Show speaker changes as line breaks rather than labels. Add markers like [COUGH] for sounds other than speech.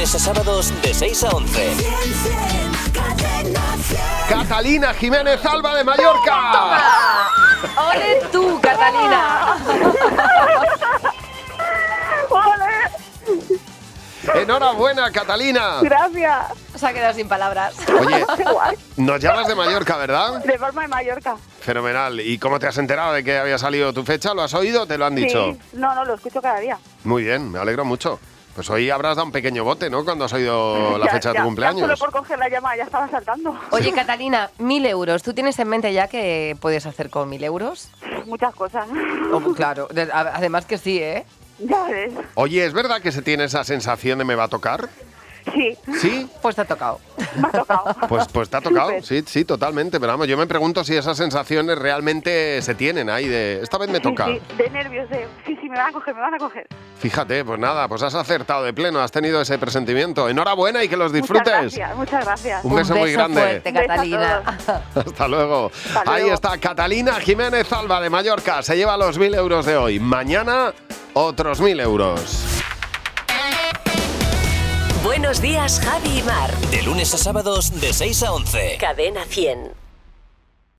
a sábados de 6 a 11.
Catalina Jiménez Alba de Mallorca.
¡Ole tú, Catalina!
Hola,
Enhorabuena, Catalina.
gracias.
Se ha quedado sin palabras.
Oye,
Qué guay.
nos llamas de Mallorca, ¿verdad?
De Palma de Mallorca.
Fenomenal. ¿Y cómo te has enterado de que había salido tu fecha? ¿Lo has oído? ¿Te lo han dicho?
Sí, no, no, lo escucho cada día.
Muy bien, me alegro mucho. Pues hoy habrás dado un pequeño bote, ¿no? Cuando has oído la
Ya-
fecha de
ya-
tu
ya
cumpleaños.
solo por coger la llamada ya estaba saltando.
Oye, Catalina, mil euros. ¿Tú tienes en mente ya que puedes hacer con mil euros?
Muchas cosas. [LAUGHS]
Oh, claro, de- a- además que sí, ¿eh?
Ya ves.
Oye, ¿es verdad que se tiene esa sensación de me va a tocar?
Sí,
¿Sí?
Pues te ha tocado.
me ha tocado.
Pues,
[LAUGHS]
pues te ha tocado,
Súper.
sí, sí, totalmente. Pero vamos, yo me pregunto si esas sensaciones realmente se tienen ahí de esta vez [LAUGHS] me toca.
Sí, sí, de nervios, de. Sí, sí, me van a coger, me van a coger.
Fíjate, pues nada, pues has acertado de pleno, has tenido ese presentimiento. Enhorabuena y que los
Muchas
disfrutes.
gracias, muchas gracias.
Un beso muy grande.
fuerte,
Un beso a
Catalina.
[LAUGHS] Hasta luego.
Hasta
Ahí
luego.
está Catalina Jiménez Alba de Mallorca. Se lleva los mil euros de hoy. Mañana, otros mil euros.
Buenos días, Javi y Mar.
De lunes a sábados de 6 a 11.
Cadena 100.